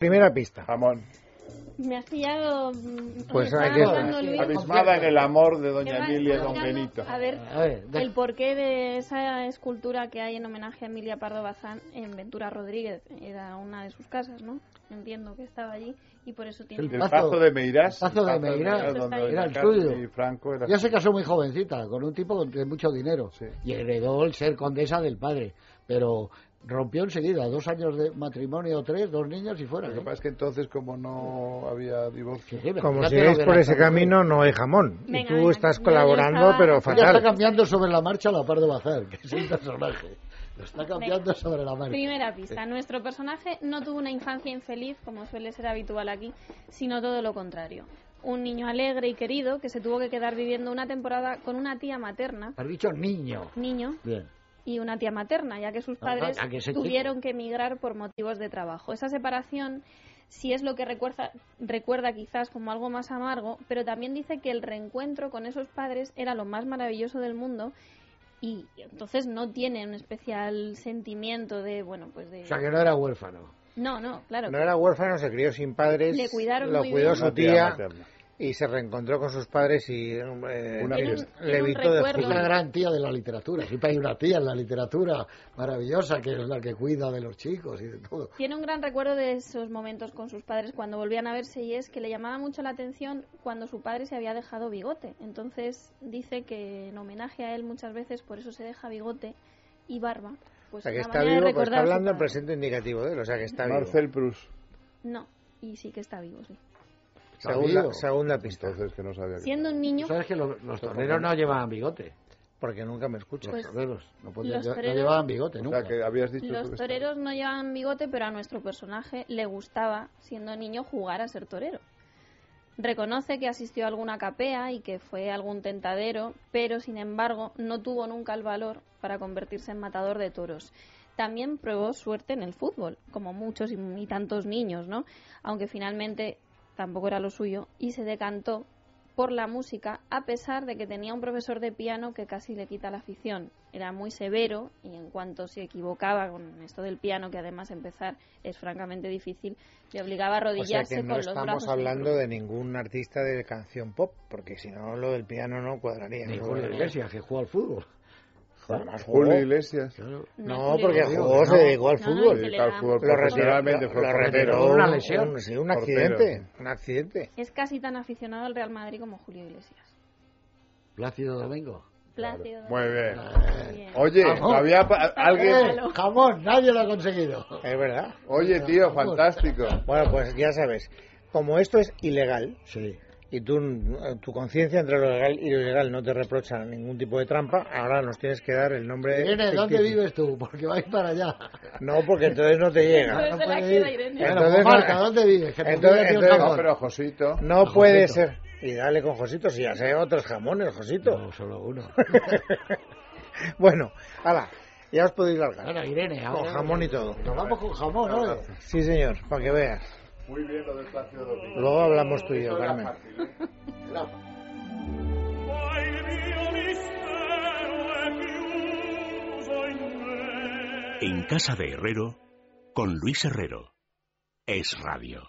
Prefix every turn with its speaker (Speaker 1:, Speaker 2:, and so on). Speaker 1: Primera pista.
Speaker 2: Jamón.
Speaker 3: Me has pillado. mm,
Speaker 1: Pues
Speaker 3: me estaba
Speaker 1: ahí está.
Speaker 3: hablando Luis.
Speaker 2: Abismada en el amor de
Speaker 3: Me
Speaker 2: Doña
Speaker 3: va-
Speaker 2: Emilia y
Speaker 3: estaba
Speaker 2: Don
Speaker 3: buscando,
Speaker 2: Benito.
Speaker 3: A ver,
Speaker 4: Ah,
Speaker 1: A ver, da-
Speaker 3: el porqué de esa escultura que hay en homenaje a Emilia Pardo Bazán en Ventura Rodríguez. Era una de sus casas, ¿no? Entiendo que estaba allí y por eso tiene.
Speaker 2: El
Speaker 1: Pazo-
Speaker 2: pazo de Meirás.
Speaker 1: el Pazo de Meirás,
Speaker 2: donde
Speaker 3: era
Speaker 2: doña
Speaker 1: el
Speaker 2: Carmen
Speaker 1: suyo.
Speaker 2: Y Franco era
Speaker 1: Ya se casó muy jovencita, con un tipo con- de mucho dinero.
Speaker 2: Sí.
Speaker 1: Y heredó el ser condesa del padre. Pero rompió enseguida, dos años de matrimonio, tres, dos niños y fuera.
Speaker 2: Lo que
Speaker 1: ¿eh?
Speaker 2: pasa es que entonces, como no había divorcio,
Speaker 1: Sí, sí, pero
Speaker 4: Como
Speaker 1: fíjate lo
Speaker 4: sigues
Speaker 1: que
Speaker 4: por
Speaker 1: la
Speaker 4: ese
Speaker 1: está-
Speaker 4: camino, no hay jamón. Y
Speaker 3: Venga,
Speaker 4: tú
Speaker 3: venga,
Speaker 4: estás
Speaker 3: yo ya
Speaker 4: colaborando,
Speaker 3: estaba-
Speaker 4: pero
Speaker 1: Ya está
Speaker 4: fatal.
Speaker 1: cambiando sobre la marcha la par de Bazar, que es un personaje. Lo está cambiando sobre la marcha.
Speaker 3: Primera pista. Nuestro personaje no tuvo una infancia infeliz, como suele ser habitual aquí, sino todo lo contrario. Un niño alegre y querido que se tuvo que quedar viviendo una temporada con una tía materna,
Speaker 1: Has dicho niño.
Speaker 3: niño,
Speaker 1: Bien.
Speaker 3: y una tía materna, ya que sus
Speaker 1: Ajá,
Speaker 3: padres
Speaker 1: ya Ah, que ese chico.
Speaker 3: tuvieron que emigrar por motivos de trabajo. Esa separación sí es lo que recuerda, recuerda quizás como algo más amargo, pero también dice que el reencuentro con esos padres era lo más maravilloso del mundo y entonces no tiene un especial sentimiento de, bueno, pues de...
Speaker 1: O sea que no era huérfano.
Speaker 3: No, no, claro.
Speaker 4: No era huérfano, se crió sin padres.
Speaker 3: Le cuidaron
Speaker 4: lo
Speaker 3: muy
Speaker 4: cuidó
Speaker 3: bien.
Speaker 4: su
Speaker 2: Una tía
Speaker 4: tía
Speaker 2: materna.
Speaker 4: y se reencontró con sus padres y eh,
Speaker 2: Una
Speaker 4: le-
Speaker 2: Era fiesta.
Speaker 3: un-
Speaker 4: le
Speaker 3: era un
Speaker 4: evitó de
Speaker 3: recuerdo. Pues
Speaker 1: Es una
Speaker 4: jugar.
Speaker 1: gran tía de la literatura. Siempre hay una tía en la literatura maravillosa que es la que cuida de los chicos y de todo.
Speaker 3: Tiene un gran recuerdo de esos momentos con sus padres cuando volvían a verse y es que le llamaba mucho la atención cuando su padre se había dejado bigote. Entonces dice que en homenaje a él muchas veces por eso se deja bigote y barba.
Speaker 4: O
Speaker 3: Pues
Speaker 4: sea que
Speaker 3: una
Speaker 4: está
Speaker 3: manera de
Speaker 4: vivo, pero está
Speaker 3: recordar a su
Speaker 4: hablando en
Speaker 3: padre.
Speaker 4: presente indicativo de él, o sea que está vivo.
Speaker 2: Marcel Proust.
Speaker 3: No, y sí que está vivo, sí.
Speaker 1: Está vivo.
Speaker 4: Segunda, segunda pista.
Speaker 2: Entonces, que no sabía. que-
Speaker 3: Siendo un
Speaker 4: Pues
Speaker 3: niño,
Speaker 1: ¿Sabes que lo- los, torneros no llevaban bigote?
Speaker 4: Porque nunca me escuchas.
Speaker 1: Los
Speaker 3: Pues,
Speaker 1: torneros no, podían
Speaker 3: los
Speaker 1: lle- no
Speaker 3: toreros-
Speaker 1: llevaban bigote
Speaker 2: O
Speaker 1: nunca.
Speaker 2: sea, que habías dicho. tú
Speaker 3: los
Speaker 2: que
Speaker 3: toreros no llevan bigote, pero a nuestro personaje le gustaba, siendo niño, jugar a ser torero. Reconoce que asistió a alguna capea y que fue algún tentadero, pero sin embargo no tuvo nunca el valor para convertirse en matador de toros. También probó suerte en el fútbol, como muchos y, y tantos niños, ¿no? Aunque finalmente tampoco era lo suyo y se decantó por la música a pesar de que tenía un profesor de piano que casi le quita la afición. Era muy severo y en cuanto se equivocaba con esto del piano, que además empezar es francamente difícil, le obligaba a
Speaker 4: O sea
Speaker 3: arrodillarse
Speaker 4: que no
Speaker 3: con los brazos
Speaker 4: estamos
Speaker 3: en cruz.
Speaker 4: hablando de ningún artista de canción pop, porque si no lo del piano no cuadraría.
Speaker 1: Ni
Speaker 4: ¿no?
Speaker 1: Julio Iglesias, que jugó al fútbol.
Speaker 4: Además, jugó.
Speaker 2: Julio Iglesias.
Speaker 1: Claro.
Speaker 4: No,
Speaker 3: Julio
Speaker 4: porque
Speaker 3: Iglesias.
Speaker 4: jugó,
Speaker 1: No,
Speaker 4: se dedicó al
Speaker 3: no,
Speaker 4: Oh. Ah, fútbol.
Speaker 3: no,
Speaker 2: se
Speaker 3: le
Speaker 2: dedicó al
Speaker 3: da-
Speaker 2: fútbol
Speaker 4: lo retiró,
Speaker 2: profesionalmente, fue
Speaker 4: lo
Speaker 2: profesional.
Speaker 4: retiró
Speaker 1: Una
Speaker 4: un-
Speaker 1: lesión.
Speaker 4: un- sí, un
Speaker 2: Portero.
Speaker 4: accidente, un accidente.
Speaker 3: Es casi tan aficionado al Real Madrid como Julio Iglesias.
Speaker 1: Plácido Domingo.
Speaker 3: Plácido.
Speaker 2: Muy bien.
Speaker 1: Ah,
Speaker 3: Muy bien.
Speaker 2: Oye,
Speaker 1: Jamón.
Speaker 2: había pa- alguien.
Speaker 1: ¡Eh, jamón! Nadie lo ha conseguido.
Speaker 4: Es verdad.
Speaker 2: Oye, tío, fantástico.
Speaker 4: Bueno, pues ya sabes, como esto es ilegal
Speaker 1: Sí.
Speaker 4: y tú, eh, tu conciencia entre lo legal y lo ilegal no te reprocha ningún tipo de trampa, ahora nos tienes que dar el nombre.
Speaker 1: Irene, ¿dónde
Speaker 4: ficticio.
Speaker 1: vives tú? Porque vais para allá.
Speaker 4: No, porque entonces no te llega.
Speaker 3: Pues se la
Speaker 1: puede
Speaker 3: queda
Speaker 1: ir.
Speaker 3: Irene.
Speaker 1: Bueno,
Speaker 4: Entonces,
Speaker 1: pues Marta,
Speaker 4: no-
Speaker 1: ¿dónde vives? Que tu
Speaker 4: entonces-
Speaker 1: tía tiene un
Speaker 4: entonces-
Speaker 2: No,
Speaker 1: jamón.
Speaker 2: pero Josito.
Speaker 4: No
Speaker 1: A
Speaker 4: puede
Speaker 1: Josito.
Speaker 4: ser. Y dale con Josito, si ya sé otros jamones, Josito.
Speaker 1: No, solo uno.
Speaker 4: Bueno, ala, ya os podéis largar.
Speaker 1: Bueno, Irene,
Speaker 4: Con
Speaker 1: ahora- eh,
Speaker 4: jamón y todo.
Speaker 1: Nos vamos con jamón, ¿no?
Speaker 4: Sí, señor, para que veas.
Speaker 2: Muy bien lo del Plácido Domingo.
Speaker 4: Luego hablamos tú y yo,
Speaker 2: Eso era
Speaker 4: Carmen.
Speaker 2: fácil, ¿eh? Era fácil.
Speaker 5: poi il mio mistero è chiuso in me.
Speaker 6: En casa de Herrero, con Luis Herrero. Es Radio.